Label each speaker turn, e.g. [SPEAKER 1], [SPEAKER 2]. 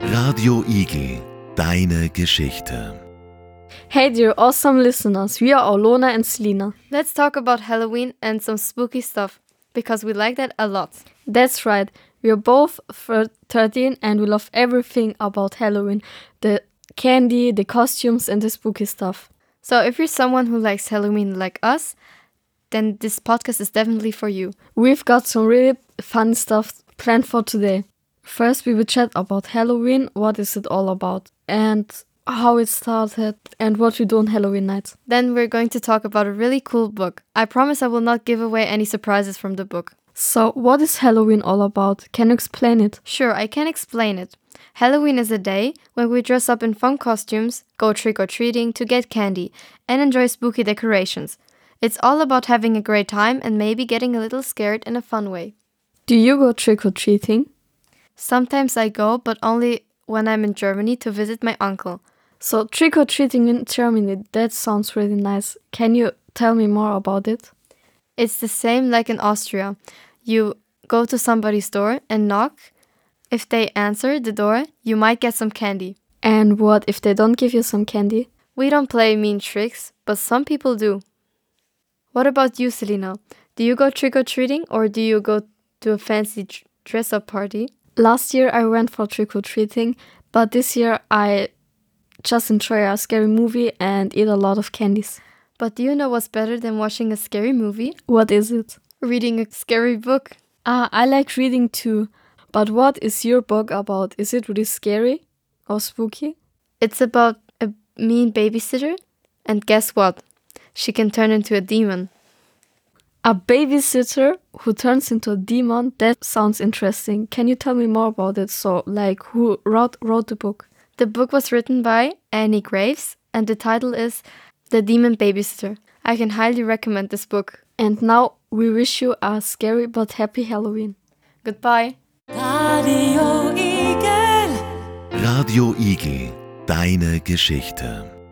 [SPEAKER 1] Radio Igel, deine Geschichte.
[SPEAKER 2] Hey, dear awesome listeners, we are Olona and Selina.
[SPEAKER 3] Let's talk about Halloween and some spooky stuff because we like that a lot.
[SPEAKER 2] That's right, we are both thir- 13 and we love everything about Halloween the candy, the costumes, and the spooky stuff.
[SPEAKER 3] So, if you're someone who likes Halloween like us, then this podcast is definitely for you.
[SPEAKER 2] We've got some really fun stuff planned for today. First, we will chat about Halloween, what is it all about, and how it started, and what we do on Halloween nights.
[SPEAKER 3] Then we're going to talk about a really cool book. I promise I will not give away any surprises from the book.
[SPEAKER 2] So, what is Halloween all about? Can you explain it?
[SPEAKER 3] Sure, I can explain it. Halloween is a day when we dress up in fun costumes, go trick or treating to get candy, and enjoy spooky decorations. It's all about having a great time and maybe getting a little scared in a fun way.
[SPEAKER 2] Do you go trick or treating?
[SPEAKER 3] Sometimes I go, but only when I'm in Germany to visit my uncle.
[SPEAKER 2] So, trick or treating in Germany, that sounds really nice. Can you tell me more about it?
[SPEAKER 3] It's the same like in Austria. You go to somebody's door and knock. If they answer the door, you might get some candy.
[SPEAKER 2] And what if they don't give you some candy?
[SPEAKER 3] We don't play mean tricks, but some people do. What about you, Selina? Do you go trick or treating or do you go to a fancy tr- dress up party?
[SPEAKER 2] Last year I went for trick or treating, but this year I just enjoy a scary movie and eat a lot of candies.
[SPEAKER 3] But do you know what's better than watching a scary movie?
[SPEAKER 2] What is it?
[SPEAKER 3] Reading a scary book.
[SPEAKER 2] Ah, I like reading too. But what is your book about? Is it really scary or spooky?
[SPEAKER 3] It's about a mean babysitter, and guess what? She can turn into a demon.
[SPEAKER 2] A babysitter who turns into a demon? That sounds interesting. Can you tell me more about it? So, like, who wrote, wrote the book?
[SPEAKER 3] The book was written by Annie Graves, and the title is The Demon Babysitter. I can highly recommend this book.
[SPEAKER 2] And now we wish you a scary but happy Halloween.
[SPEAKER 3] Goodbye.
[SPEAKER 1] Radio Igel, deine Geschichte.